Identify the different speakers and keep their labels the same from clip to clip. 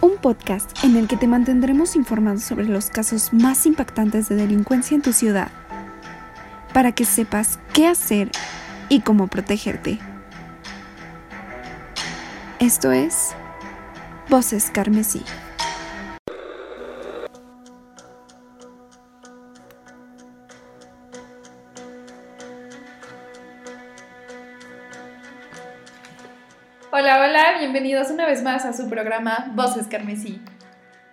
Speaker 1: un podcast en el que te mantendremos informado sobre los casos más impactantes de delincuencia en tu ciudad, para que sepas qué hacer y cómo protegerte. Esto es Voces Carmesí.
Speaker 2: Hola, hola, bienvenidos una vez más a su programa Voces Carmesí.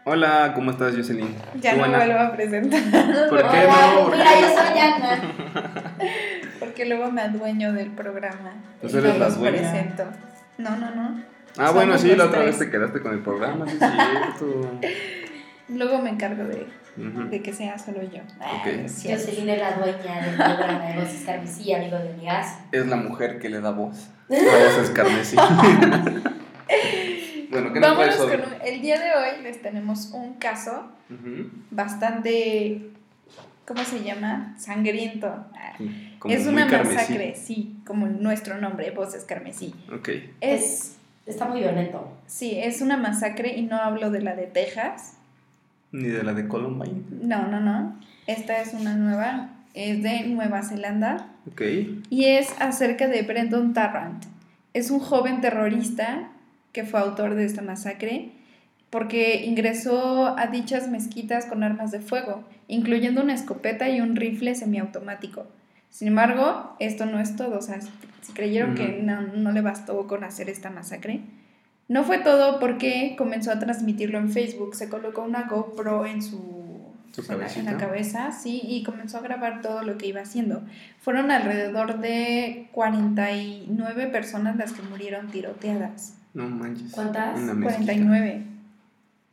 Speaker 3: Hola, ¿cómo estás, Jocelyn?
Speaker 2: Ya
Speaker 3: Tú,
Speaker 2: no
Speaker 3: Ana.
Speaker 2: vuelvo a presentar.
Speaker 3: ¿Por qué
Speaker 4: Hola,
Speaker 3: no? ¿Por
Speaker 4: Mira,
Speaker 3: qué
Speaker 4: yo
Speaker 3: no?
Speaker 4: soy Ana.
Speaker 2: Porque luego me adueño del programa.
Speaker 3: Tú
Speaker 2: y
Speaker 3: Pues eres
Speaker 2: no
Speaker 3: la
Speaker 2: los
Speaker 3: dueña.
Speaker 2: presento. No, no, no.
Speaker 3: Ah, bueno,
Speaker 2: Somos
Speaker 3: sí, la
Speaker 2: los
Speaker 3: otra
Speaker 2: tres.
Speaker 3: vez te quedaste con el programa, sí, es cierto.
Speaker 2: Luego me encargo de,
Speaker 3: Ujú.
Speaker 2: de que sea solo yo.
Speaker 3: Ok.
Speaker 2: no es
Speaker 4: Yo
Speaker 2: cierto.
Speaker 4: soy Lina, la dueña del programa de Voces Carmesí, amigo de mi gas.
Speaker 3: Es la mujer que le da voz. La voz es carmesí. bueno, ¿qué nos
Speaker 2: Vámonos
Speaker 3: traes hoy?
Speaker 2: con un- el día de hoy les tenemos un caso
Speaker 3: Ujú.
Speaker 2: bastante, ¿cómo se llama? Sangriento. Ah,
Speaker 3: Sí, como
Speaker 2: es
Speaker 3: muy
Speaker 2: una
Speaker 3: carmesí.
Speaker 2: masacre, sí, como nuestro nombre, Voces Carmesí.
Speaker 3: Ok.
Speaker 2: Es
Speaker 4: Está muy violento.
Speaker 2: Sí, es una masacre y no hablo de la de Texas.
Speaker 3: Ni de la de Columbine.
Speaker 2: No, no, no. Esta es una nueva, es de Nueva Zelanda
Speaker 3: Ok.
Speaker 2: y es acerca de Brendan Tarrant. Es un joven terrorista que fue autor de esta masacre porque ingresó a dichas mezquitas con armas de fuego, incluyendo una escopeta y un rifle semiautomático. Sin embargo, esto no es todo. O sea, si creyeron que
Speaker 3: Ujú.
Speaker 2: no, no le bastó con hacer esta masacre, no fue todo porque comenzó a transmitirlo en Facebook. Se colocó una GoPro en su
Speaker 3: Su
Speaker 2: en la- en
Speaker 3: cabecita.
Speaker 2: la cabeza, sí, y comenzó a grabar todo lo que iba haciendo. Fueron alrededor de 49 personas las que murieron tiroteadas.
Speaker 3: No manches.
Speaker 4: ¿Cuántas?
Speaker 3: Una mezquita.
Speaker 2: 49,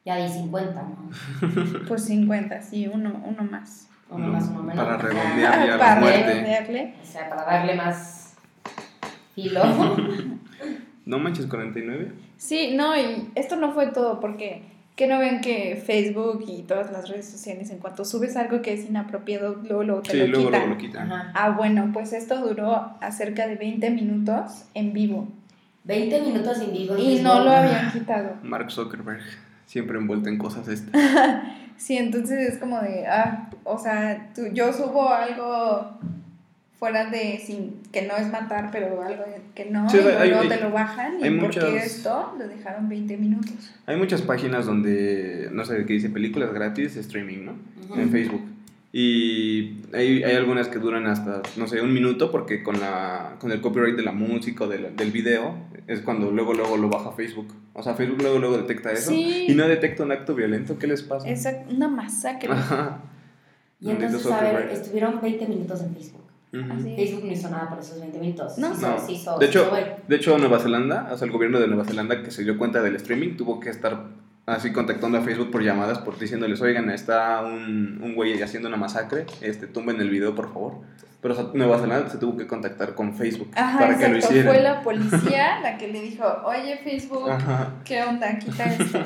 Speaker 4: Ya di 50, ¿no?
Speaker 2: pues 50, sí, uno, uno más.
Speaker 4: Uno
Speaker 3: No,
Speaker 4: más, uno menos.
Speaker 3: Mm, para
Speaker 4: Ah,
Speaker 3: redondear. Había
Speaker 2: Para
Speaker 4: muerte.
Speaker 2: redondearle.
Speaker 4: O sea, para darle más filo.
Speaker 3: No manches, 49.
Speaker 2: Sí, no, y esto no fue todo, porque que no ven que Facebook y todas las redes sociales, en cuanto subes algo que es inapropiado, luego, luego te
Speaker 3: Sí,
Speaker 2: lo
Speaker 3: luego
Speaker 2: quitan.
Speaker 3: luego lo quitan.
Speaker 4: Ajá.
Speaker 2: Ah, bueno, pues esto duró acerca de 20 minutos en vivo
Speaker 4: 20 minutos en vivo. en
Speaker 2: y
Speaker 4: Facebook.
Speaker 2: no lo habían quitado.
Speaker 3: Mark Zuckerberg. Siempre envuelto en cosas estas.
Speaker 2: Sí, entonces es como de, ah, o sea, tú- yo subo algo fuera de, sin, que no es matar, pero algo que no,
Speaker 3: Sí,
Speaker 2: y
Speaker 3: hay-
Speaker 2: luego
Speaker 3: hay-
Speaker 2: te lo bajan,
Speaker 3: hay
Speaker 2: y porque
Speaker 3: muchas-
Speaker 2: esto lo dejaron 20 minutos.
Speaker 3: Hay muchas páginas donde, no sé qué dice, películas gratis, streaming, ¿no?
Speaker 4: Ujú.
Speaker 3: En Facebook. Y hay, hay algunas que duran hasta, no sé, un minuto porque con, la, con el copyright de la música o del, del video es cuando luego, luego lo baja Facebook. O sea, Facebook luego, luego detecta eso.
Speaker 2: Sí.
Speaker 3: Y no detecta un acto violento, ¿qué les pasa?
Speaker 2: Es una masacre.
Speaker 3: Ajá.
Speaker 4: Y entonces,
Speaker 3: Maldito
Speaker 4: a ver,
Speaker 3: Zuckerberg.
Speaker 4: estuvieron 20 minutos en Facebook.
Speaker 3: Ujú.
Speaker 2: Así es.
Speaker 4: Facebook no hizo nada por esos 20 minutos.
Speaker 2: No.
Speaker 4: Hizo-
Speaker 3: No.
Speaker 4: se hizo-
Speaker 3: De
Speaker 4: se
Speaker 3: hecho-
Speaker 4: hizo el-
Speaker 3: De hecho, Nueva Zelanda, o sea, el gobierno de Nueva Zelanda que se dio cuenta del streaming, tuvo que estar así contactando a Facebook por llamadas, por diciéndoles, oigan, está un, un güey haciendo una masacre, este, tumben el video, por favor. Pero o sea, Nueva Zelanda se tuvo que contactar con Facebook
Speaker 2: Ajá,
Speaker 3: Ah, para que lo
Speaker 2: exacto.
Speaker 3: hicieran. Ah.
Speaker 2: Fue la policía la que le dijo, oye Facebook,
Speaker 3: Ajá.
Speaker 2: ¿qué onda? Quita esto.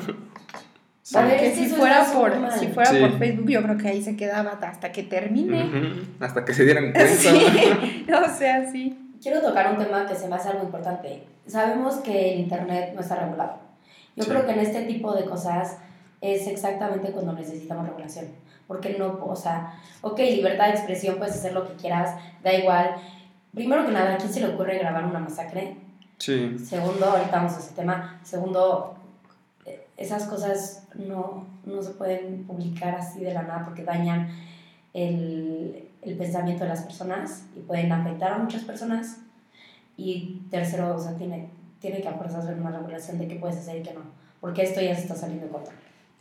Speaker 3: Sí.
Speaker 4: A ver,
Speaker 2: Porque
Speaker 4: es que
Speaker 2: si
Speaker 4: eso
Speaker 2: fuera,
Speaker 4: está
Speaker 2: por,
Speaker 4: súper mal.
Speaker 2: si fuera
Speaker 3: Sí.
Speaker 2: por Facebook, yo creo que ahí se quedaba hasta que termine.
Speaker 3: Ujú. Hasta que se dieran cuenta.
Speaker 2: ¿eh? Sí, o sea, sí.
Speaker 4: Quiero tocar un tema que se me hace algo importante. Sabemos que el Internet no está regulado. Yo
Speaker 3: Sí.
Speaker 4: creo que en este tipo de cosas es exactamente cuando necesitamos regulación. Porque no, o sea, ok, libertad de expresión, puedes hacer lo que quieras, da igual. Primero que nada, ¿a quién se le ocurre grabar una masacre?
Speaker 3: Sí.
Speaker 4: Segundo, ahorita vamos a ese tema. Segundo, eh, esas cosas no, no se pueden publicar así de la nada porque dañan el, el pensamiento de las personas y pueden afectar a muchas personas. Y tercero, o sea, tiene, tiene que a fuerzas haber una regulación de qué puedes hacer y qué no. Porque esto ya se está saliendo de control.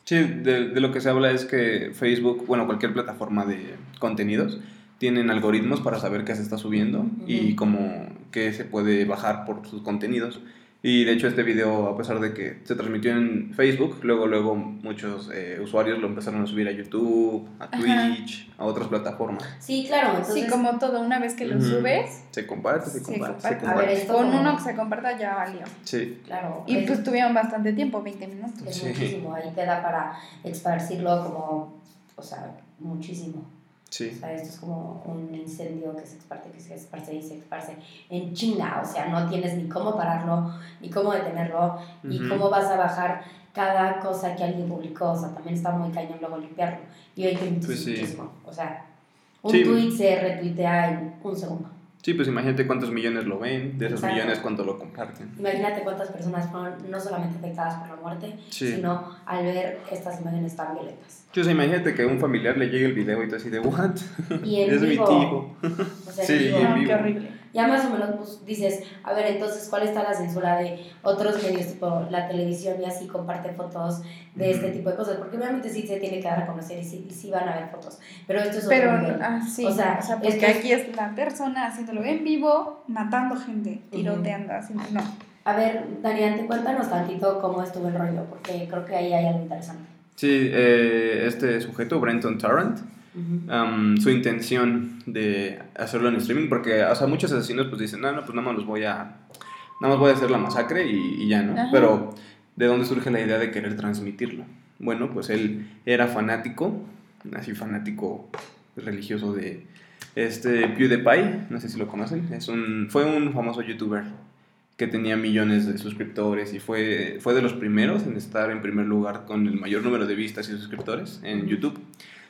Speaker 3: Sí, de, de lo que se habla es que Facebook, bueno, cualquier plataforma de contenidos, tienen algoritmos para saber qué se está subiendo y
Speaker 4: Ujú.
Speaker 3: como qué se puede bajar por sus contenidos. Y de hecho este video, a pesar de que se transmitió en Facebook, luego, luego muchos eh, usuarios lo empezaron a subir a YouTube, a
Speaker 2: Ajá.
Speaker 3: Twitch, a otras plataformas.
Speaker 4: Sí, claro, entonces...
Speaker 2: sí, como todo, una vez que lo
Speaker 3: Ujú.
Speaker 2: subes,
Speaker 3: Se comparte, se
Speaker 2: Se
Speaker 3: comparte,
Speaker 2: comparte.
Speaker 3: se
Speaker 4: A ver,
Speaker 3: comparte.
Speaker 4: esto
Speaker 2: con
Speaker 4: como-
Speaker 2: uno que se comparta ya valió.
Speaker 3: Sí,
Speaker 4: Claro.
Speaker 2: Y
Speaker 4: es-
Speaker 2: pues tuvieron bastante tiempo, 20 minutos.
Speaker 4: es
Speaker 3: Sí.
Speaker 4: muchísimo, ahí te da para esparcirlo como, o sea, muchísimo. O
Speaker 3: Sí.
Speaker 4: sea, esto es como un incendio que se esparce, que se esparce y se esparce en China. O sea, no tienes ni cómo pararlo, ni cómo detenerlo, ni
Speaker 3: Ujú.
Speaker 4: cómo vas a bajar cada cosa que alguien publicó. O sea, también está muy cañón luego limpiarlo. Y hoy te
Speaker 3: Pues sí.
Speaker 4: muchísimo. O sea, un
Speaker 3: Sí.
Speaker 4: tweet se retuitea en un segundo.
Speaker 3: Sí, pues imagínate cuántos millones lo ven, de esos
Speaker 4: Exacto.
Speaker 3: millones cuánto lo comparten.
Speaker 4: Imagínate cuántas personas fueron no solamente afectadas por la muerte,
Speaker 3: Sí.
Speaker 4: sino al ver estas imágenes tan violentas.
Speaker 3: Sí, o sea, imagínate que a un familiar le llegue el video y tú así de, ¿what?
Speaker 4: Y en
Speaker 3: Es mi
Speaker 4: vivo,
Speaker 3: tío.
Speaker 4: o sea, en
Speaker 3: Sí,
Speaker 4: vivo,
Speaker 3: en
Speaker 2: No, Ah, qué
Speaker 3: vivo.
Speaker 2: horrible.
Speaker 4: Ya más o menos pues, dices, a ver, entonces, ¿cuál está la censura de otros medios, tipo la televisión y así comparte fotos de este
Speaker 3: Ujú.
Speaker 4: tipo de cosas? Porque obviamente sí se tiene que dar a conocer y sí, y sí van a haber fotos, pero esto es otro
Speaker 2: Pero,
Speaker 4: nivel.
Speaker 2: ah, sí,
Speaker 4: O
Speaker 2: o
Speaker 4: sea,
Speaker 2: sea,
Speaker 4: es
Speaker 2: porque
Speaker 4: que-
Speaker 2: aquí es la persona haciéndolo en vivo, matando gente, tiroteando, haciendo, no.
Speaker 4: A ver, Daniel, cuéntanos tantito cómo estuvo el rollo, porque creo que ahí hay algo interesante.
Speaker 3: Sí, eh, este sujeto, Brenton Tarrant, am, su intención de hacerlo en streaming, porque, o sea, muchos asesinos pues dicen, no, no, pues nada más los voy a, nada más voy a hacer la masacre y, y ya, ¿no?
Speaker 2: Ajá.
Speaker 3: Pero, ¿de dónde surge la idea de querer transmitirlo? Bueno, pues él era fanático, así fanático religioso de este PewDiePie, no sé si lo conocen, es un, fue un famoso youtuber que tenía millones de suscriptores y fue, fue de los primeros en estar en primer lugar con el mayor número de vistas y suscriptores en YouTube.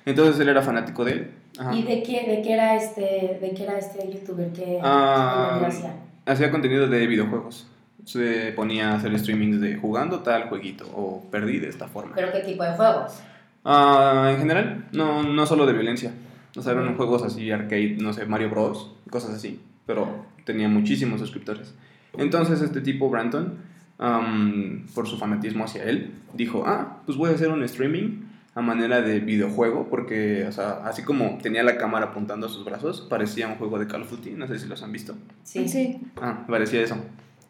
Speaker 3: Entonces él era fanático de él. Ajá.
Speaker 4: ¿Y de qué, de qué era este, de qué era este youtuber que
Speaker 3: Ah,
Speaker 4: que lo hacía?
Speaker 3: Hacía contenido de videojuegos. Se ponía a hacer streamings de jugando tal jueguito o perdí de esta forma.
Speaker 4: ¿Pero qué tipo de juegos?
Speaker 3: Ah, en general, no, no solo de violencia. O sea, eran juegos así, arcade, no sé, Mario Bros, cosas así. Pero tenía muchísimos suscriptores. Entonces, este tipo, Branton, am, por su fanatismo hacia él, dijo: Ah, pues voy a hacer un streaming a manera de videojuego. Porque, o sea, así como tenía la cámara apuntando a sus brazos, parecía un juego de Call of Duty. No sé si los han visto.
Speaker 4: Sí.
Speaker 3: Ah, parecía eso.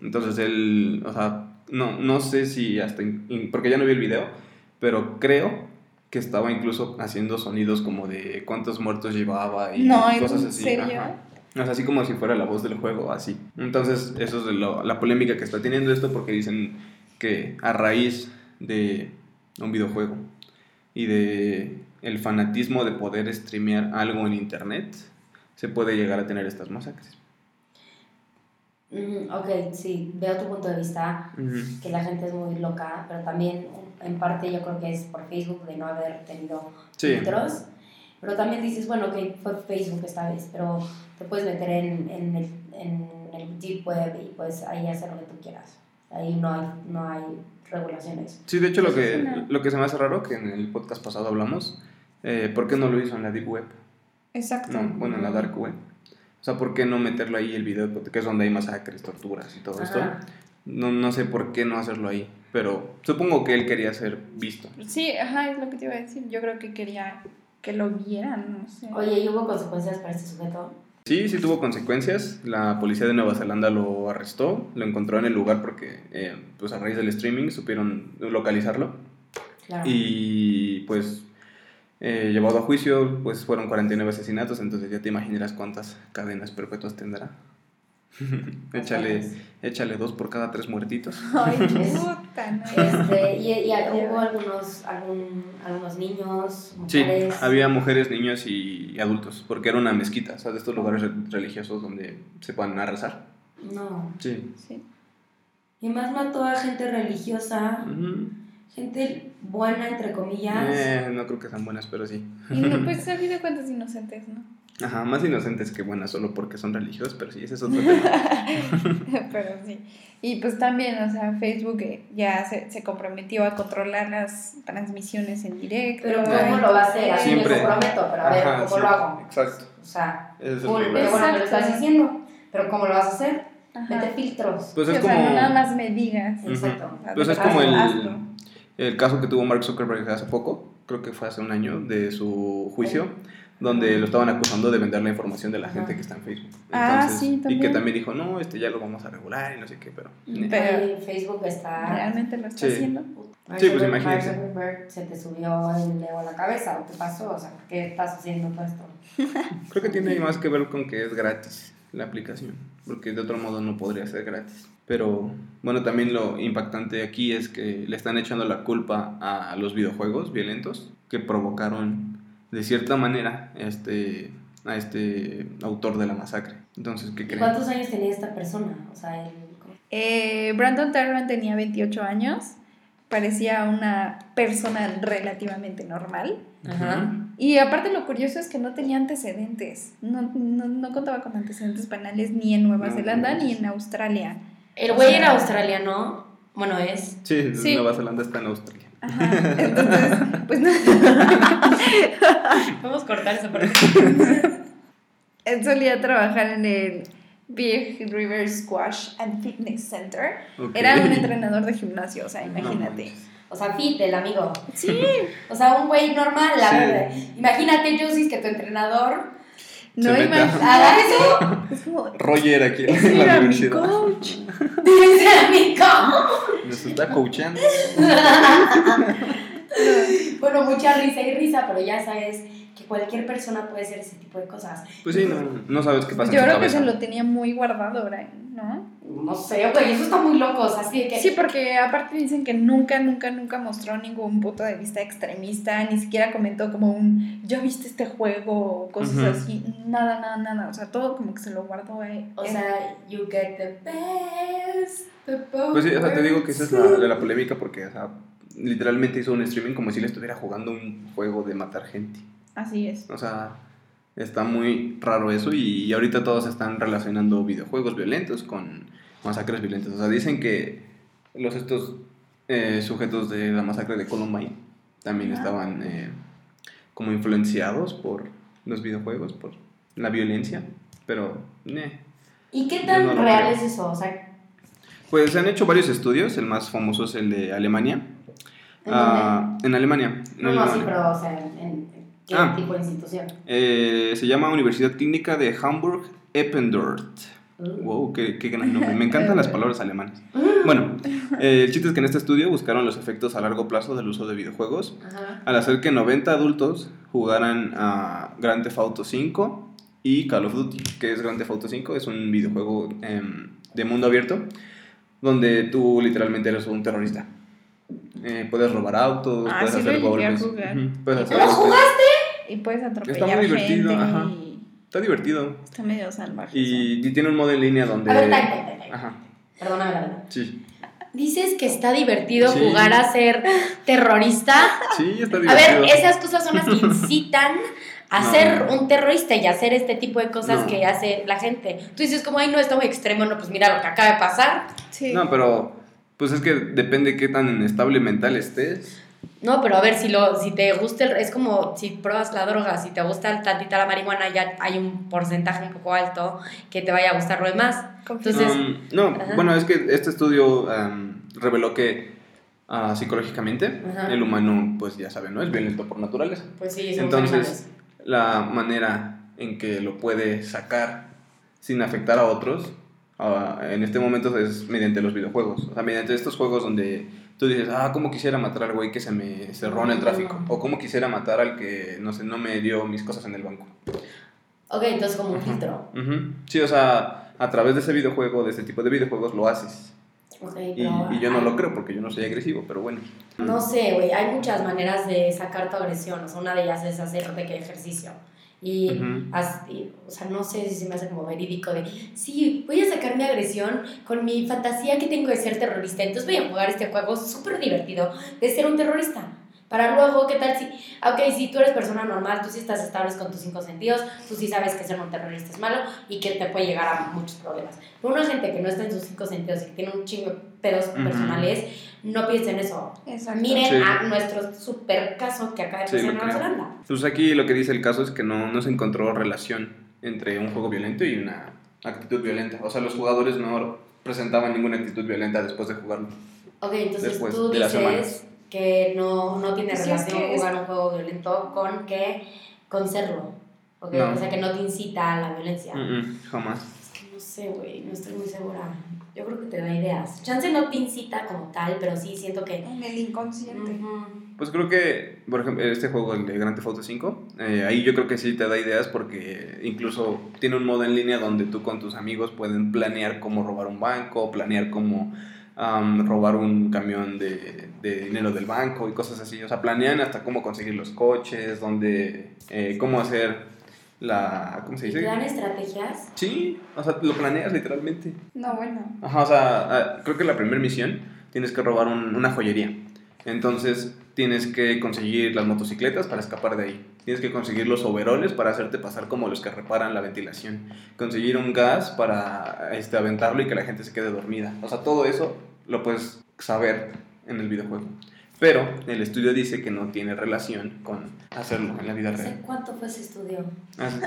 Speaker 3: Entonces él, o sea, no, no sé si hasta, in- in- porque ya no vi el video, pero creo que estaba incluso haciendo sonidos como de cuántos muertos llevaba y
Speaker 2: No, ¿en
Speaker 3: cosas así.
Speaker 2: serio?
Speaker 3: ajá. O sea, así como si fuera la voz del juego, así. Entonces, eso es de lo- la polémica que está teniendo esto porque dicen que a raíz de un videojuego y de el fanatismo de poder streamear algo en internet, se puede llegar a tener estas masacres.
Speaker 4: Mm, ok, sí, veo tu punto de vista.
Speaker 3: Ujú.
Speaker 4: que la gente es muy loca, pero también eh, en parte yo creo que es por Facebook de no haber tenido
Speaker 3: Sí.
Speaker 4: filtros. Pero también dices, bueno, que fue Facebook esta vez, pero te puedes meter en, en, el, en el deep web y puedes ahí hacer lo que tú quieras. Ahí no hay, no hay regulaciones.
Speaker 3: Sí, de hecho lo
Speaker 2: Eso es
Speaker 3: que,
Speaker 2: una-
Speaker 3: lo que se me hace raro, que en el podcast pasado hablamos, eh, ¿por qué no lo hizo en la Deep Web?
Speaker 2: Exacto.
Speaker 3: No, bueno, en la Dark Web. O sea, ¿por qué no meterlo ahí el video? Porque es donde hay masacres, torturas y todo esto.
Speaker 4: Ajá.
Speaker 3: No, no sé por qué no hacerlo ahí, pero supongo que él quería ser visto.
Speaker 2: Sí, ajá, es lo que te iba a decir. Yo creo que quería que lo vieran, no sé.
Speaker 4: Oye, ¿y hubo consecuencias para este sujeto?
Speaker 3: Sí, sí tuvo consecuencias. La policía de Nueva Zelanda lo arrestó, lo encontró en el lugar porque, eh, pues a raíz del streaming, supieron localizarlo.
Speaker 4: Claro.
Speaker 3: Y pues eh, llevado a juicio, pues fueron 49 asesinatos, entonces ya te imaginarás cuántas cadenas perpetuas tendrá. échale, échale dos por cada tres muertitos.
Speaker 2: Ay, puta, no.
Speaker 4: Este, y, y hubo algunos, algún- algunos niños,
Speaker 3: Sí,
Speaker 4: mujeres.
Speaker 3: había mujeres, niños y adultos, porque era una mezquita, o sea, de estos lugares re- religiosos donde se puedan a rezar.
Speaker 4: No.
Speaker 3: Sí.
Speaker 2: Sí.
Speaker 4: Y más mató a gente religiosa. Gente buena, entre comillas.
Speaker 3: Eh, no creo que sean buenas, pero sí.
Speaker 2: Y no, pues ha habido cuentos inocentes, ¿no?
Speaker 3: Ajá, más inocentes que buenas solo porque son religiosas, pero sí, ese es otro tema.
Speaker 2: Pero sí. Y pues también, o sea, Facebook eh, ya se, se comprometió a controlar las transmisiones en directo.
Speaker 4: Pero ¿cómo lo va a hacer? Así
Speaker 3: Siempre.
Speaker 4: me comprometo, pero a ver,
Speaker 3: Ajá,
Speaker 4: ¿cómo
Speaker 3: sí,
Speaker 4: lo hago?
Speaker 3: exacto.
Speaker 4: O sea,
Speaker 3: Ese es el
Speaker 4: cool,
Speaker 3: problema.
Speaker 4: qué bueno que lo
Speaker 2: Exacto.
Speaker 4: estás diciendo, pero ¿cómo lo vas a hacer?
Speaker 2: Ajá.
Speaker 4: Mete filtros.
Speaker 3: Pues
Speaker 2: Sí,
Speaker 3: es
Speaker 2: o sea,
Speaker 3: como...
Speaker 2: no nada más me digas.
Speaker 4: Exacto.
Speaker 3: Pues es
Speaker 4: Hazlo,
Speaker 3: como el,
Speaker 2: hazlo.
Speaker 3: el caso que tuvo Mark Zuckerberg hace poco, creo que fue hace un año, de su juicio, donde lo estaban acusando de vender la información de la
Speaker 4: Ajá.
Speaker 3: gente que está en Facebook.
Speaker 2: Ah, sí,
Speaker 3: Y que
Speaker 2: también.
Speaker 3: también dijo, no, este ya lo vamos a regular y no sé qué, pero...
Speaker 2: Mm,
Speaker 3: eh.
Speaker 2: Pero-
Speaker 4: Oye, Facebook está...
Speaker 2: ¿Realmente lo está
Speaker 3: Sí.
Speaker 2: haciendo?
Speaker 4: Mark
Speaker 3: Sí, pues
Speaker 4: Zuckerberg-
Speaker 3: imagínense.
Speaker 4: Mark Zuckerberg se te subió el dedo a la cabeza, ¿o qué pasó? O sea, ¿por qué estás haciendo todo esto?
Speaker 3: Creo que tiene más que ver con que es gratis la aplicación, porque de otro modo no podría ser gratis. Pero bueno, también lo impactante aquí es que le están echando la culpa a los videojuegos violentos que provocaron de cierta manera este, a este autor de la masacre. Entonces, ¿qué
Speaker 4: ¿Y
Speaker 3: creen?
Speaker 4: cuántos años tenía esta persona? O sea, él-
Speaker 2: Eh, Brandon Tarrant tenía 28 años, parecía una persona relativamente normal.
Speaker 4: Ajá.
Speaker 2: Y aparte lo curioso es que no tenía antecedentes, no, no, no contaba con antecedentes penales ni en Nueva
Speaker 3: No,
Speaker 2: Zelanda
Speaker 3: no.
Speaker 2: ni en Australia.
Speaker 4: El güey era australiano. Bueno, es.
Speaker 3: Sí,
Speaker 2: Sí.
Speaker 3: Nueva Zelanda está en Australia.
Speaker 2: Ajá, entonces, pues no.
Speaker 4: Vamos a cortar esa parte.
Speaker 2: Él solía trabajar en el Big River Squash and Fitness Center.
Speaker 3: Ok.
Speaker 2: Era un entrenador de gimnasio, o sea,
Speaker 3: No
Speaker 2: imagínate.
Speaker 3: manches.
Speaker 4: O sea, fit, el amigo.
Speaker 2: Sí,
Speaker 4: O sea, un güey normal, la
Speaker 3: Sí.
Speaker 4: verdad. Imagínate, Josis, que tu entrenador
Speaker 2: no
Speaker 3: meta.
Speaker 2: imaginas.
Speaker 4: haga eso.
Speaker 2: Es como,
Speaker 3: Roger aquí en
Speaker 2: ese
Speaker 3: la
Speaker 2: era mi
Speaker 3: universidad.
Speaker 2: coach.
Speaker 4: Dice amigo.
Speaker 3: Nos está coachando.
Speaker 4: Bueno, mucha risa y risa, pero ya sabes que cualquier persona puede hacer ese tipo de cosas.
Speaker 3: Pues sí, no, no sabes qué
Speaker 2: Pues
Speaker 3: pasa
Speaker 2: yo
Speaker 3: en su
Speaker 2: creo que
Speaker 3: cabeza.
Speaker 2: se lo tenía muy guardado, Brian, ¿no?
Speaker 4: No sé, güey, eso está muy loco. O sea, así de que.
Speaker 2: Sí, porque aparte dicen que nunca, nunca, nunca mostró ningún punto de vista extremista, ni siquiera comentó como un, ya viste este juego, o cosas
Speaker 3: Ujú.
Speaker 2: así, nada, nada, nada, o sea, todo como que se lo guardó ahí.
Speaker 4: O sea, you get the best. The
Speaker 3: Pues sí, o sea, te digo que esa es la, la, la polémica porque, o sea, literalmente hizo un streaming como si le estuviera jugando un juego de matar gente.
Speaker 2: así es.
Speaker 3: O sea, está muy raro eso y, ahorita todos están relacionando videojuegos violentos con masacres violentas. O sea, dicen que los estos eh, sujetos de la masacre de Columbine también
Speaker 2: Ah.
Speaker 3: estaban eh, como influenciados por los videojuegos, por la violencia, pero... eh.
Speaker 4: ¿Y qué
Speaker 3: Yo no
Speaker 4: tan
Speaker 3: lo
Speaker 4: real
Speaker 3: creo.
Speaker 4: es eso? O sea, ¿en
Speaker 3: Pues se han hecho varios estudios, el más famoso es el de Alemania. Ah, en Alemania. en
Speaker 4: dónde? No, no, sí,
Speaker 3: Alemania.
Speaker 4: pero, o sea, ¿en- ¿en qué
Speaker 3: Ah.
Speaker 4: tipo de institución?
Speaker 3: Eh, se llama Universidad Clínica de Hamburg Eppendorf. Wow, qué, qué gran nombre. Me encantan las palabras alemanas.
Speaker 4: Mm.
Speaker 3: Bueno, eh, el chiste es que en este estudio buscaron los efectos a largo plazo del uso de videojuegos
Speaker 4: Ajá.
Speaker 3: al hacer que 90 adultos jugaran a Grand Theft Auto 5 y Call of Duty, que es Grand Theft Auto 5, es un videojuego em, de mundo abierto donde tú literalmente eres un terrorista. Eh, puedes robar autos,
Speaker 2: Ah,
Speaker 3: puedes
Speaker 2: sí lo
Speaker 3: hacer
Speaker 2: llegué a
Speaker 3: golpes.
Speaker 2: jugar.
Speaker 3: Ujú, puedes hacer
Speaker 4: ¿Lo
Speaker 3: golpes.
Speaker 2: Y puedes atropellar
Speaker 3: muy divertido,
Speaker 2: gente
Speaker 3: ajá.
Speaker 2: y
Speaker 3: Está divertido.
Speaker 2: está medio salvaje.
Speaker 3: Y, y tiene un modo en línea donde.
Speaker 4: A ver, time, time, time.
Speaker 3: Ajá,
Speaker 4: Perdóname la verdad.
Speaker 3: sí.
Speaker 5: Dices que está divertido
Speaker 3: Sí.
Speaker 5: jugar a ser terrorista.
Speaker 3: Sí, está
Speaker 5: A
Speaker 3: divertido.
Speaker 5: ver, esas cosas son las que incitan a
Speaker 3: No.
Speaker 5: ser un terrorista y a hacer este tipo de cosas
Speaker 3: No.
Speaker 5: que hace la gente. Tú dices, como, ay, no, está muy extremo, no, pues mira lo que acaba de pasar.
Speaker 2: eso. Sí.
Speaker 3: No, pero. Pues es que depende qué tan inestable mental estés.
Speaker 5: No, pero a ver, si, lo, si te gusta, el- es como si pruebas la droga, si te gusta tantita la marihuana, ya hay un porcentaje un poco alto que te vaya a gustar lo demás.
Speaker 2: Confirmo.
Speaker 5: Entonces-
Speaker 3: Um, no,
Speaker 5: Pues Ajá.
Speaker 3: bueno, es que este estudio um, reveló que ah, psicológicamente
Speaker 5: Ajá.
Speaker 3: el humano, pues ya saben, ¿no? Es violento por naturaleza.
Speaker 5: Pues sí,
Speaker 3: somos Entonces- La manera en que lo puede sacar sin afectar a otros ah, en este momento es mediante los videojuegos. O sea, mediante estos juegos donde tú dices, ah, cómo quisiera matar al güey que se me cerró en el tráfico. O cómo quisiera matar al que, no sé, no me dio mis cosas en el banco.
Speaker 4: Ok, entonces como un filtro.
Speaker 3: Ujú. Sí, o sea, a través de ese videojuego, de este tipo de videojuegos, lo haces.
Speaker 4: Ok,
Speaker 3: Y,
Speaker 4: pero-
Speaker 3: y yo no lo creo porque yo no soy agresivo, pero bueno.
Speaker 4: No sé, güey, hay muchas maneras de sacar tu agresión. O sea, una de ellas es hacer de que ejercicio. Y,
Speaker 3: Ujú.
Speaker 4: as- y, o sea, no sé si se me hace como verídico de, sí, voy a sacar mi agresión con mi fantasía que tengo de ser terrorista. Entonces voy a jugar este juego súper divertido de ser un terrorista. Para luego, ¿qué tal si, ah, ok, si tú eres persona normal, tú sí estás estable con tus cinco sentidos, tú sí sabes que ser un terrorista es malo y que te puede llegar a muchos problemas. Pero una gente que no está en sus cinco sentidos y que tiene un chingo de pedos
Speaker 3: Ujú.
Speaker 4: personales, no piensa en eso.
Speaker 2: Exacto.
Speaker 4: Miren
Speaker 3: Sí.
Speaker 4: a nuestro super caso que acaba de
Speaker 3: Sí,
Speaker 4: pasar en
Speaker 3: lo
Speaker 4: Nueva
Speaker 3: creo.
Speaker 4: Zelanda.
Speaker 3: Pues aquí lo que dice el caso es que no, no se encontró relación entre un juego violento y una actitud violenta. O sea, los jugadores no presentaban ninguna actitud violenta después de jugarlo.
Speaker 4: Ok, entonces
Speaker 3: Después
Speaker 4: tú
Speaker 3: de las
Speaker 4: dices
Speaker 3: semanas.
Speaker 4: que no, no tiene
Speaker 2: Sí,
Speaker 4: relación
Speaker 2: es que es-
Speaker 4: jugar un juego violento con que con serlo. Ok,
Speaker 3: No.
Speaker 4: O sea, que no te incita a la violencia.
Speaker 3: Mm, mm, jamás.
Speaker 4: Es que no sé, güey, no estoy muy segura. Yo creo que te da ideas. Chance no te incita como tal, pero sí siento que...
Speaker 2: En el inconsciente.
Speaker 4: Ujú.
Speaker 3: Pues creo que, por ejemplo, este juego, el de Grand Theft Auto 5, eh, ahí yo creo que sí te da ideas porque incluso tiene un modo en línea donde tú con tus amigos pueden planear cómo robar un banco, planear cómo um, robar un camión de, de dinero del banco y cosas así. O sea, planean hasta cómo conseguir los coches, dónde, eh, cómo hacer la... ¿Cómo se
Speaker 4: ¿Y
Speaker 3: dice?
Speaker 4: te dan estrategias?
Speaker 3: Sí, o sea, lo planeas literalmente.
Speaker 2: No, bueno.
Speaker 3: Ajá, o sea, ah, creo que la primera misión tienes que robar un- una joyería. Entonces tienes que conseguir las motocicletas para escapar de ahí. Tienes que conseguir los overoles para hacerte pasar como los que reparan la ventilación. Conseguir un gas para este, aventarlo y que la gente se quede dormida. O sea, todo eso lo puedes saber en el videojuego. Pero el estudio dice que no tiene relación con hacerlo en la vida
Speaker 4: No sé
Speaker 3: real. Ah,
Speaker 4: cuánto fue ese estudio.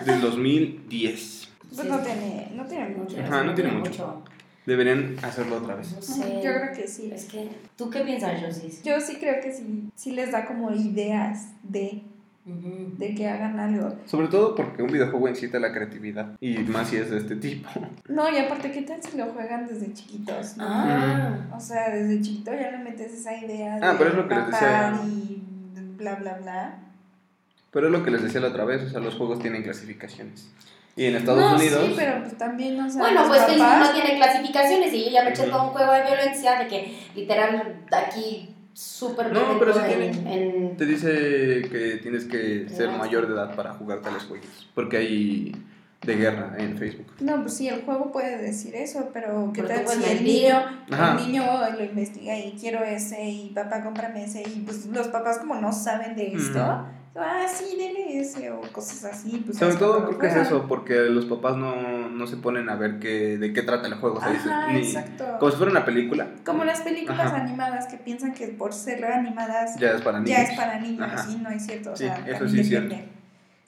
Speaker 3: Del 2010.
Speaker 2: Pues no tiene, no tiene
Speaker 4: No
Speaker 2: mucho.
Speaker 4: tiene-
Speaker 3: Ajá, no tiene
Speaker 4: tiene
Speaker 3: mucho. Deberían hacerlo otra vez.
Speaker 4: No sé.
Speaker 2: Yo creo que sí.
Speaker 4: Es que, ¿tú qué piensas, Josis?
Speaker 2: Yo sí creo que sí, sí les da como ideas de,
Speaker 4: Ujú.
Speaker 2: de que hagan algo.
Speaker 3: Sobre todo porque un videojuego incita a la creatividad y más si es de este tipo.
Speaker 2: No, y aparte, ¿qué tal si lo juegan desde chiquitos? no?
Speaker 4: Ah,
Speaker 2: O sea, desde chiquito ya le metes esa idea
Speaker 3: Ah, pero es lo que les decía.
Speaker 2: papá y bla, bla, bla.
Speaker 3: Pero es lo que les decía la otra vez, o sea, los juegos tienen clasificaciones. Y en Estados
Speaker 4: No, sí,
Speaker 3: Unidos...
Speaker 2: Sí, pero pues también, o sea,
Speaker 4: Bueno,
Speaker 2: los
Speaker 4: pues Facebook
Speaker 2: papás-
Speaker 4: no tiene clasificaciones y yo ya me eché
Speaker 3: Ujú.
Speaker 4: todo un juego de violencia de que literal aquí súper
Speaker 3: No, pero sí
Speaker 4: violento en,
Speaker 3: tienen.
Speaker 4: en-
Speaker 3: Te dice que tienes que ser
Speaker 4: Claro.
Speaker 3: mayor de edad para jugar tales juegos. Porque hay de guerra en Facebook.
Speaker 2: No, pues sí, el juego puede decir eso, pero ¿qué
Speaker 4: Pero tú
Speaker 2: tal si
Speaker 4: puedes
Speaker 2: el
Speaker 4: mentir.
Speaker 2: niño,
Speaker 3: Ajá.
Speaker 2: el niño lo investiga y quiero ese y papá cómprame ese y pues los papás como no saben de esto, ah, sí, dele ese o cosas así. Pues,
Speaker 3: Sobre
Speaker 2: es
Speaker 3: todo
Speaker 2: como
Speaker 3: creo
Speaker 2: lo
Speaker 3: que es
Speaker 2: juegan.
Speaker 3: eso, porque los papás no, no se ponen a ver qué, de qué trata el juego. o sea, dices,
Speaker 2: Ajá,
Speaker 3: ni-
Speaker 2: exacto.
Speaker 3: como si fuera una película.
Speaker 2: Como las películas
Speaker 3: Ajá.
Speaker 2: animadas que piensan que por ser animadas
Speaker 3: Ya es para niños.
Speaker 2: ya es para niños
Speaker 3: Ajá.
Speaker 2: y no es cierto. O
Speaker 3: Sí,
Speaker 2: sea,
Speaker 3: eso
Speaker 2: también
Speaker 3: sí es cierto.
Speaker 2: depende.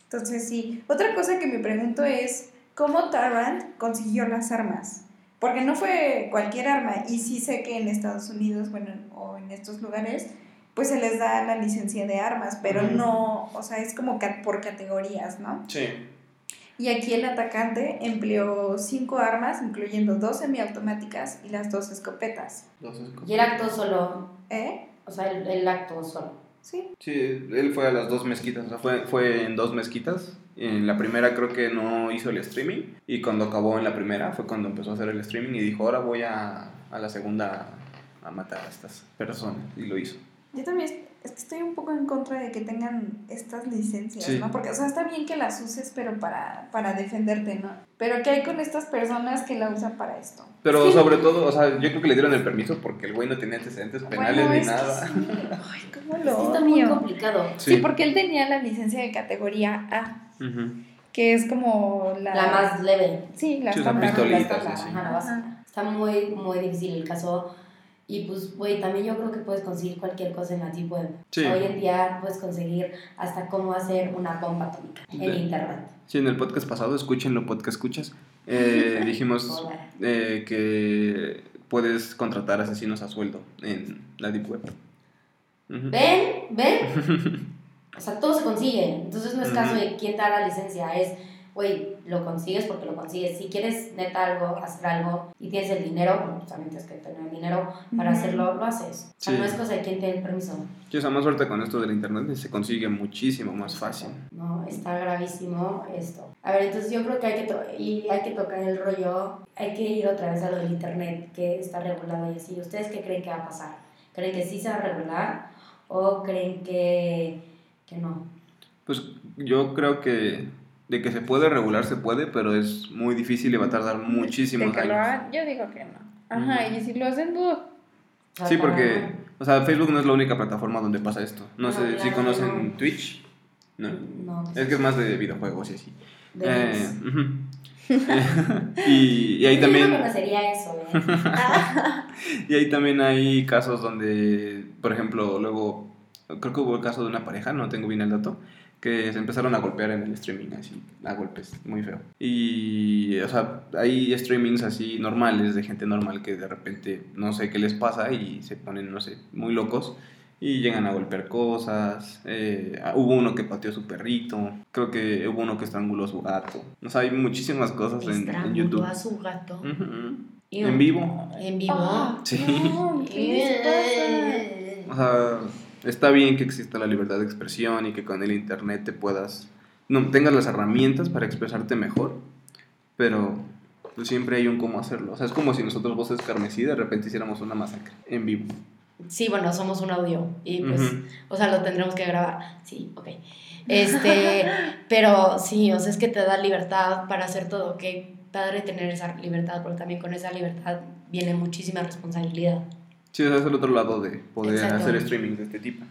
Speaker 2: Entonces sí. Otra cosa que me pregunto es cómo Tarrant consiguió las armas. Porque no fue cualquier arma. Y sí sé que en Estados Unidos, bueno, o en estos lugares, pues se les da la licencia de armas, pero
Speaker 3: Ujú.
Speaker 2: no, o sea, es como ca- por categorías, ¿no?
Speaker 3: Sí.
Speaker 2: Y aquí el atacante empleó cinco armas, incluyendo dos semiautomáticas y las dos escopetas.
Speaker 3: Entonces,
Speaker 4: Y él actuó solo,
Speaker 2: ¿Eh?
Speaker 4: o sea, él, él actuó solo.
Speaker 2: Sí.
Speaker 3: Sí, él fue a las dos mezquitas, o sea, fue, fue en dos mezquitas. En la primera creo que no hizo el streaming y cuando acabó en la primera fue cuando empezó a hacer el streaming y dijo, ahora voy a, a la segunda a matar a estas personas y lo hizo.
Speaker 2: Yo también es- es que estoy un poco en contra de que tengan estas licencias,
Speaker 3: Sí.
Speaker 2: ¿no? Porque, o sea, está bien que las uses, pero para, para defenderte, ¿no? Pero ¿qué hay con estas personas que la usan para esto?
Speaker 3: Pero sobre todo, o sea, yo creo que le dieron el permiso porque el güey no tenía antecedentes penales
Speaker 2: Bueno,
Speaker 3: ni
Speaker 2: es que
Speaker 3: nada.
Speaker 2: sí. Ay, cómo
Speaker 4: Es
Speaker 2: lo
Speaker 4: que está muy
Speaker 2: odio.
Speaker 4: complicado.
Speaker 2: Sí. porque él tenía la licencia de categoría A,
Speaker 3: Ujú.
Speaker 2: que es como la...
Speaker 4: La más leve.
Speaker 2: Sí, la
Speaker 3: Sí,
Speaker 2: estándar,
Speaker 3: la pistolita,
Speaker 2: estándar,
Speaker 3: sí, sí.
Speaker 4: Ajá, la básica. Está muy, muy difícil el caso. Y pues, güey, también yo creo que puedes conseguir cualquier cosa en la Deep Web.
Speaker 3: Sí.
Speaker 4: Hoy en día puedes conseguir hasta cómo hacer una bomba atómica en
Speaker 3: De-
Speaker 4: internet.
Speaker 3: Sí, en el podcast pasado, escúchenlo, podcast escuchas, eh, dijimos
Speaker 4: Hola.
Speaker 3: eh, que puedes contratar asesinos a sueldo en la Deep Web. Ujú.
Speaker 4: ¿Ven? ¿Ven? O sea, todo se consigue. Entonces no es caso
Speaker 3: Ujú.
Speaker 4: de quién te da la licencia, es, güey, lo consigues porque lo consigues. Si quieres neta algo, hacer algo y tienes el dinero, bueno, pues también tienes que tener dinero para
Speaker 2: Ujú.
Speaker 4: hacerlo, lo haces. O sea,
Speaker 3: Sí.
Speaker 4: no es cosa de quién te dé el permiso.
Speaker 3: Sí, o sea, más suerte con esto del internet se consigue muchísimo más fácil.
Speaker 4: No, está gravísimo esto. A ver, entonces yo creo que hay que, to- y hay que tocar el rollo, hay que ir otra vez a lo del internet que está regulado y así. ¿Ustedes qué creen que va a pasar? ¿Creen que sí se va a regular o creen que, que no?
Speaker 3: Pues yo creo que de que se puede regular se puede, pero es muy difícil y va a tardar
Speaker 2: De
Speaker 3: muchísimos
Speaker 2: que lo
Speaker 3: años.
Speaker 2: hagan, yo digo que no. Ajá,
Speaker 3: Ujú.
Speaker 2: y si lo hacen, dudo.
Speaker 4: O sea,
Speaker 3: Sí,
Speaker 4: para-
Speaker 3: porque o sea, Facebook no es la única plataforma donde pasa esto. No
Speaker 4: No,
Speaker 3: sé si
Speaker 4: claro,
Speaker 3: conocen
Speaker 4: no.
Speaker 3: Twitch. No.
Speaker 4: No,
Speaker 3: Es que es más de videojuegos y así.
Speaker 4: de
Speaker 3: Eh,
Speaker 4: los-
Speaker 3: ujú. y, y ahí
Speaker 4: Yo no
Speaker 3: también
Speaker 4: conocería eso, ¿eh?
Speaker 3: y ahí también hay casos donde, por ejemplo, luego creo que hubo el caso de una pareja, no tengo bien el dato, que se empezaron a golpear en el streaming así, a golpes, muy feo. Y o sea, hay streamings así normales de gente normal que de repente no sé qué les pasa y se ponen no sé, muy locos. Y llegan a golpear cosas. eh, ah, hubo uno que pateó a su perrito. Creo que hubo uno que estranguló a su gato. O sea, hay muchísimas cosas en, en YouTube.
Speaker 5: Estranguló a su gato.
Speaker 3: Ujú.
Speaker 5: Ew.
Speaker 3: En vivo.
Speaker 5: En vivo.
Speaker 2: Ah,
Speaker 3: Sí.
Speaker 2: no, ¿qué les pasa?
Speaker 3: O sea, está bien que exista la libertad de expresión y que con el internet te puedas. No, tengas las herramientas para expresarte mejor, pero pues siempre hay un cómo hacerlo. O sea, es como si nosotros, Voces Carmesí, de repente hiciéramos una masacre en vivo.
Speaker 5: Sí, bueno, somos un audio y pues,
Speaker 3: Ujú.
Speaker 5: o sea, lo tendremos que grabar. Sí, ok. Este, pero sí, o sea, es que te da libertad para hacer todo. Qué padre tener esa libertad, porque también con esa libertad viene muchísima responsabilidad.
Speaker 3: Sí, o sea, es el otro lado de poder
Speaker 5: Exacto.
Speaker 3: hacer streaming de este tipo.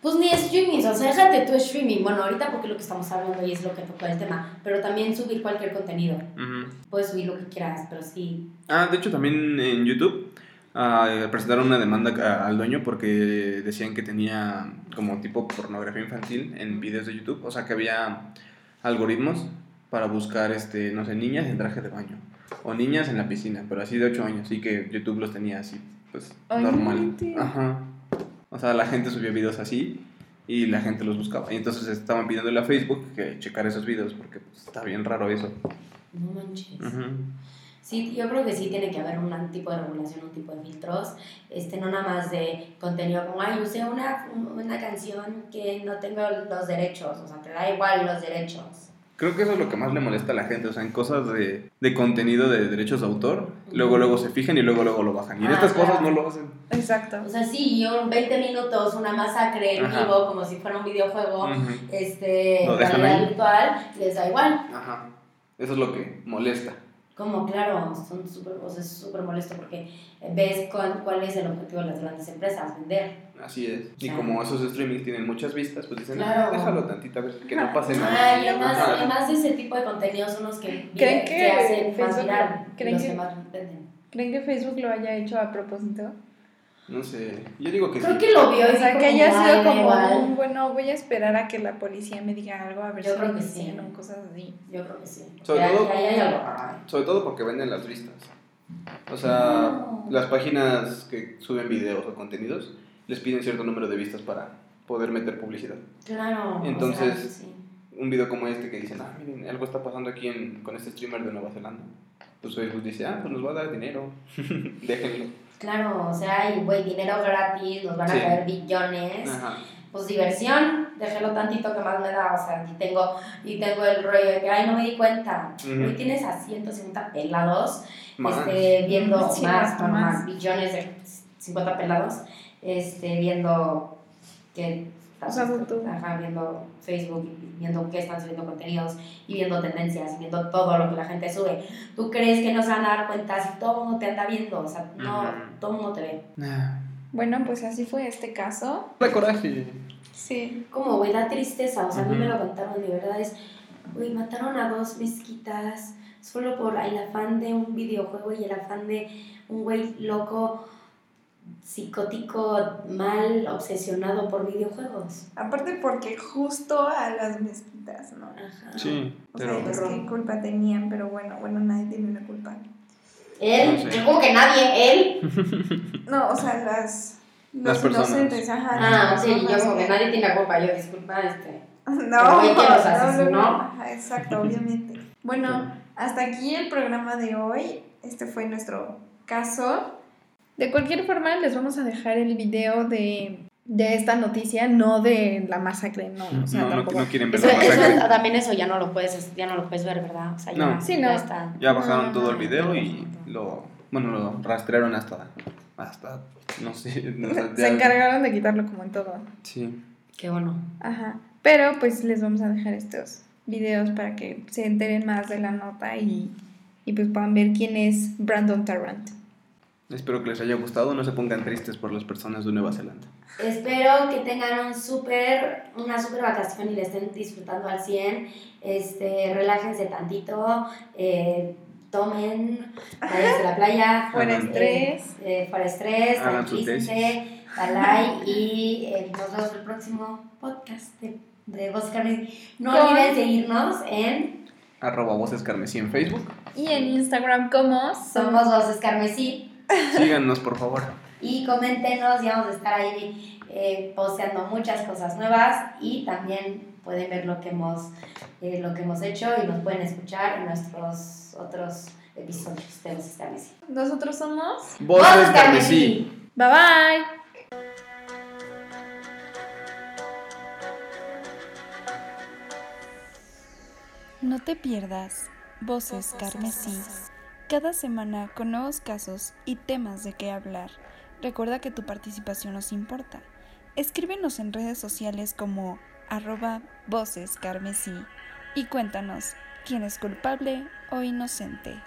Speaker 4: Pues ni streaming, o sea, déjate tu streaming. Bueno, ahorita porque lo que estamos hablando y es lo que tocó el tema, pero también subir cualquier contenido.
Speaker 3: Ujú.
Speaker 4: Puedes subir lo que quieras, pero sí.
Speaker 3: Ah, de hecho también en YouTube ah, presentaron una demanda a- al dueño porque decían que tenía como tipo pornografía infantil en videos de YouTube, o sea que había algoritmos para buscar, este, no sé, niñas en traje de baño o niñas en la piscina, pero así de 8 años, y que YouTube los tenía así, pues
Speaker 2: Ay, no
Speaker 3: normal.
Speaker 2: inventes.
Speaker 3: Ajá. O sea, la gente subía videos así y la gente los buscaba. Y entonces estaban pidiéndole a Facebook que checar esos videos porque pues, está bien raro eso.
Speaker 4: No manches.
Speaker 3: Ujú.
Speaker 4: Sí, yo creo que sí tiene que haber un tipo de regulación, un tipo de filtros, este, no nada más de contenido como, ay, usé una, una canción que no tengo los derechos, o sea, te da igual los derechos.
Speaker 3: Creo que eso es lo que más le molesta a la gente, o sea, en cosas de, de contenido de derechos de autor, luego luego se fijan y luego luego lo bajan. Y en
Speaker 4: Ah,
Speaker 3: estas cosas
Speaker 4: claro.
Speaker 3: no lo hacen.
Speaker 2: Exacto.
Speaker 4: O sea, sí, yo 20 minutos, una masacre en
Speaker 3: Ajá.
Speaker 4: vivo, como si fuera un videojuego,
Speaker 3: Ujú.
Speaker 4: este,
Speaker 3: Lo dejan
Speaker 4: realidad
Speaker 3: ahí.
Speaker 4: virtual, les da igual.
Speaker 3: Ajá. Eso es lo que molesta.
Speaker 4: Como, claro, son súper, o sea, es súper molesto porque ves cuál, cuál es el objetivo de las grandes empresas, vender.
Speaker 3: Así es. Y
Speaker 4: Claro.
Speaker 3: como esos streamings tienen muchas vistas, pues dicen,
Speaker 4: Claro.
Speaker 3: "Ah, déjalo tantita, a ver que no pase nada.
Speaker 4: Ay, además,
Speaker 3: Ajá.
Speaker 4: además de ese tipo de contenidos son los que, vive-
Speaker 2: ¿Creen que
Speaker 4: hacen más
Speaker 2: Facebook-
Speaker 4: viral,
Speaker 2: creen
Speaker 4: los
Speaker 2: que-
Speaker 4: que más venden.
Speaker 2: ¿Creen que Facebook lo haya hecho a propósito?
Speaker 3: No sé, yo digo que sí.
Speaker 4: Creo que lo vio y
Speaker 2: O sea,
Speaker 4: dijo
Speaker 2: que haya
Speaker 4: como,
Speaker 2: sido
Speaker 4: "Ay, da
Speaker 2: como
Speaker 4: igual".
Speaker 2: un, bueno, voy a esperar a que la policía me diga algo, a ver
Speaker 4: Yo
Speaker 2: si
Speaker 4: creo
Speaker 2: me
Speaker 4: que sí.
Speaker 2: hicieron cosas así.
Speaker 4: Yo creo que sí.
Speaker 3: Sobre
Speaker 4: Que hay-
Speaker 3: todo-
Speaker 4: que hay algo. Ay.
Speaker 3: Sobre todo porque venden las vistas. O sea,
Speaker 4: Ah.
Speaker 3: las páginas que suben videos o contenidos les piden cierto número de vistas para poder meter publicidad.
Speaker 4: Claro. o
Speaker 3: Entonces,
Speaker 4: sea, pues sí.
Speaker 3: un video como este que dicen, ah, miren, algo está pasando aquí en- con este streamer de Nueva Zelanda. Pues Facebook dice, ah, pues nos va a dar dinero, déjenlo.
Speaker 4: Claro, o sea, hay, güey, dinero gratis, nos van
Speaker 3: Sí.
Speaker 4: a caer billones.
Speaker 3: Ajá.
Speaker 2: Este
Speaker 4: Pues diversión, déjelo tantito que más me da, o sea, y tengo, y tengo el rollo de que, ay, no me di cuenta.
Speaker 3: Ujú.
Speaker 4: Hoy tienes a 150 pelados,
Speaker 3: Más.
Speaker 4: este, viendo
Speaker 2: Sí,
Speaker 4: más,
Speaker 2: más,
Speaker 4: más,
Speaker 2: más.
Speaker 4: más, billones de 50 pelados, este, viendo que...
Speaker 2: O sea, tú-
Speaker 4: Ajá, viendo Facebook, y viendo qué están subiendo contenidos y viendo tendencias, y viendo todo lo que la gente sube. ¿Tú crees que no se van a dar cuenta si todo el mundo te anda viendo? O sea, no,
Speaker 3: Ujú.
Speaker 4: todo el mundo te ve.
Speaker 3: Ah,
Speaker 2: Bueno, pues así fue este caso.
Speaker 3: La coraje.
Speaker 2: Sí.
Speaker 4: Como, güey, da tristeza. O sea, a mí
Speaker 3: Ujú.
Speaker 4: me lo contaron de verdad. Es, güey, mataron a dos mezquitas solo por el afán de un videojuego y el afán de un güey loco, psicótico, mal, obsesionado por videojuegos.
Speaker 2: Aparte porque justo a las mezquitas, ¿no?
Speaker 4: Ajá.
Speaker 3: Sí,
Speaker 2: O sea,
Speaker 3: pero...
Speaker 2: ellos qué culpa tenían, pero bueno, bueno, nadie tiene la culpa.
Speaker 4: Él,
Speaker 3: No sé.
Speaker 4: yo como que nadie, él.
Speaker 2: No, o sea, las...
Speaker 3: Las
Speaker 2: los
Speaker 3: personas.
Speaker 2: inocentes, ajá.
Speaker 4: Ah,
Speaker 2: las
Speaker 4: sí, yo
Speaker 2: personas
Speaker 4: como que
Speaker 2: que-
Speaker 4: nadie tiene la culpa, yo disculpa, este.
Speaker 2: No,
Speaker 4: Oye, que los
Speaker 2: no, no,
Speaker 4: asesinó.
Speaker 2: no. Ajá, Exacto, obviamente. Bueno, hasta aquí el programa de hoy. Este fue nuestro caso. De cualquier forma, les vamos a dejar el video de, de esta noticia, no de la masacre, no. O sea,
Speaker 3: No, no,
Speaker 2: tampoco.
Speaker 3: no quieren ver
Speaker 5: Eso,
Speaker 3: la
Speaker 5: eso-
Speaker 3: masacre.
Speaker 5: también eso ya no lo puedes, ya no lo puedes ver, ¿verdad? O sea, ya,
Speaker 3: No.
Speaker 2: Sí, no.
Speaker 5: ya está.
Speaker 3: Ya bajaron
Speaker 2: No,
Speaker 3: todo el
Speaker 5: no,
Speaker 3: video
Speaker 5: no.
Speaker 3: y lo... Bueno, lo rastrearon hasta... Hasta... No sé. no sé,
Speaker 2: Se
Speaker 3: ya-
Speaker 2: encargaron de quitarlo como en todo.
Speaker 3: Sí.
Speaker 5: Qué bueno.
Speaker 2: Ajá. Pero pues les vamos a dejar estos videos para que se enteren más de la nota y, y pues puedan ver quién es Brandon Tarrant.
Speaker 3: Espero que les haya gustado. No se pongan tristes por las personas de Nueva Zelanda.
Speaker 4: Espero que tengan un súper, una súper vacación y la estén disfrutando al 100. Este, relájense tantito, eh, tomen, vayan a la playa,
Speaker 3: Fuera
Speaker 4: eh,
Speaker 2: estrés.
Speaker 4: eh, fuera estrés,
Speaker 3: Hagan sus
Speaker 4: tranquilícense, balay y eh, nos vemos en el próximo podcast de, de Voz Carmesí. No
Speaker 2: Con-
Speaker 4: olviden seguirnos en
Speaker 3: Arroba Voces Carmesí en Facebook.
Speaker 2: Y en Instagram como
Speaker 4: Somos Voces Carmesí
Speaker 3: Síganos, por favor.
Speaker 4: y coméntenos y vamos a estar ahí eh, posteando muchas cosas nuevas y también pueden ver lo que hemos eh, lo que hemos hecho y nos pueden escuchar en nuestros otros episodios de Voces Carmesí.
Speaker 2: Nosotros somos
Speaker 3: Voces Carmesí.
Speaker 2: Bye bye.
Speaker 1: No te pierdas Voces Carmesí
Speaker 2: Cada semana con nuevos casos y temas de qué hablar. Recuerda que tu participación nos importa. Escríbenos en redes sociales como arroba voces carmesí y cuéntanos quién es culpable o inocente.